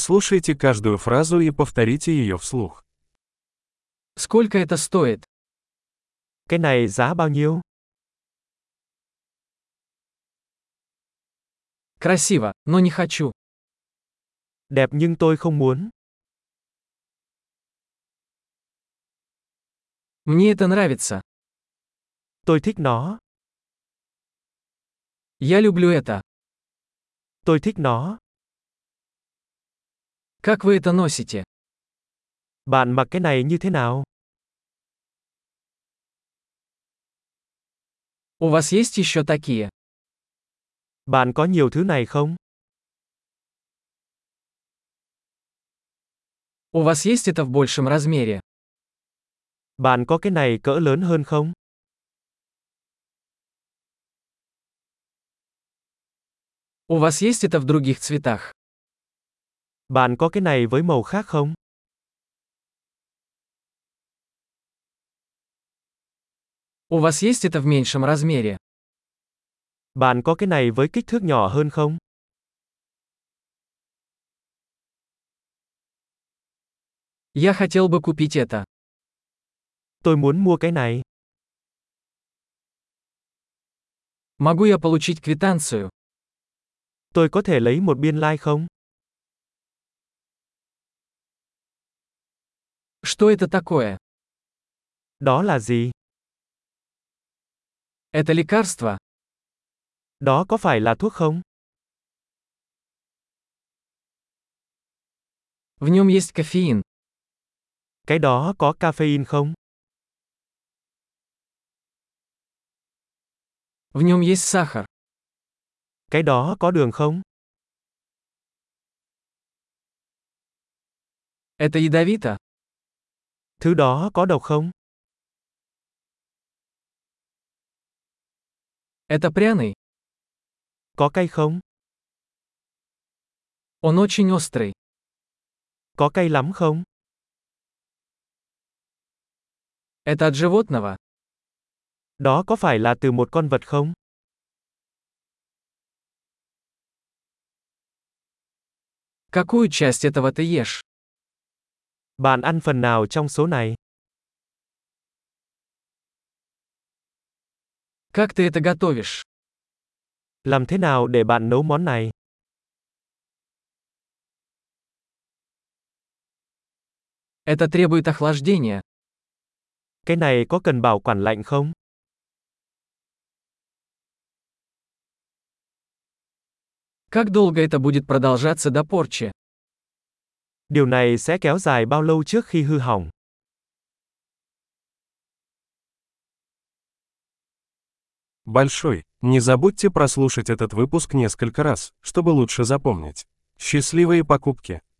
Прослушайте каждую фразу и повторите ее вслух. Сколько это стоит? Cái này giá bao nhiêu? Красиво, но не хочу. Đẹp nhưng tôi không muốn. Мне это нравится. Tôi thích nó. Я люблю это. Tôi thích nó. Как вы это носите? Bạn mặc cái này như thế nào? У вас есть еще такие? Bạn có nhiều thứ này không? У вас есть это в большем размере? Bạn có cái này cỡ lớn hơn không? У вас есть это в других цветах? Bạn có cái này với màu khác không? У вас есть это в меньшем размере? Bạn có cái này với kích thước nhỏ hơn không? Я хотел бы купить это. Tôi muốn mua cái này. Могу я получить квитанцию? Tôi có thể lấy một biên lai không? Что это такое? Đó là gì? Это лекарство? Đó có phải là thuốc không? В нем есть кофеин. Cái đó có caffeine không? В нем есть сахар. Cái đó có đường không? Это ядовито? Thứ đó có độc không? Это пряный? Có cay không? Он очень острый. Có cay lắm không? Это от животного? Đó có phải là từ một con vật không? Какую часть этого ты ешь? Bạn ăn phần nào trong số này? Как ты это готовишь? Làm thế nào để bạn nấu món này? Это требует охлаждения. Cái này có cần bảo quản lạnh không? Как долго это будет продолжаться до порчи? Điều này sẽ kéo dài bao lâu trước khi hư hỏng? Большой. Не забудьте прослушать этот выпуск несколько раз, чтобы лучше запомнить. Счастливые покупки!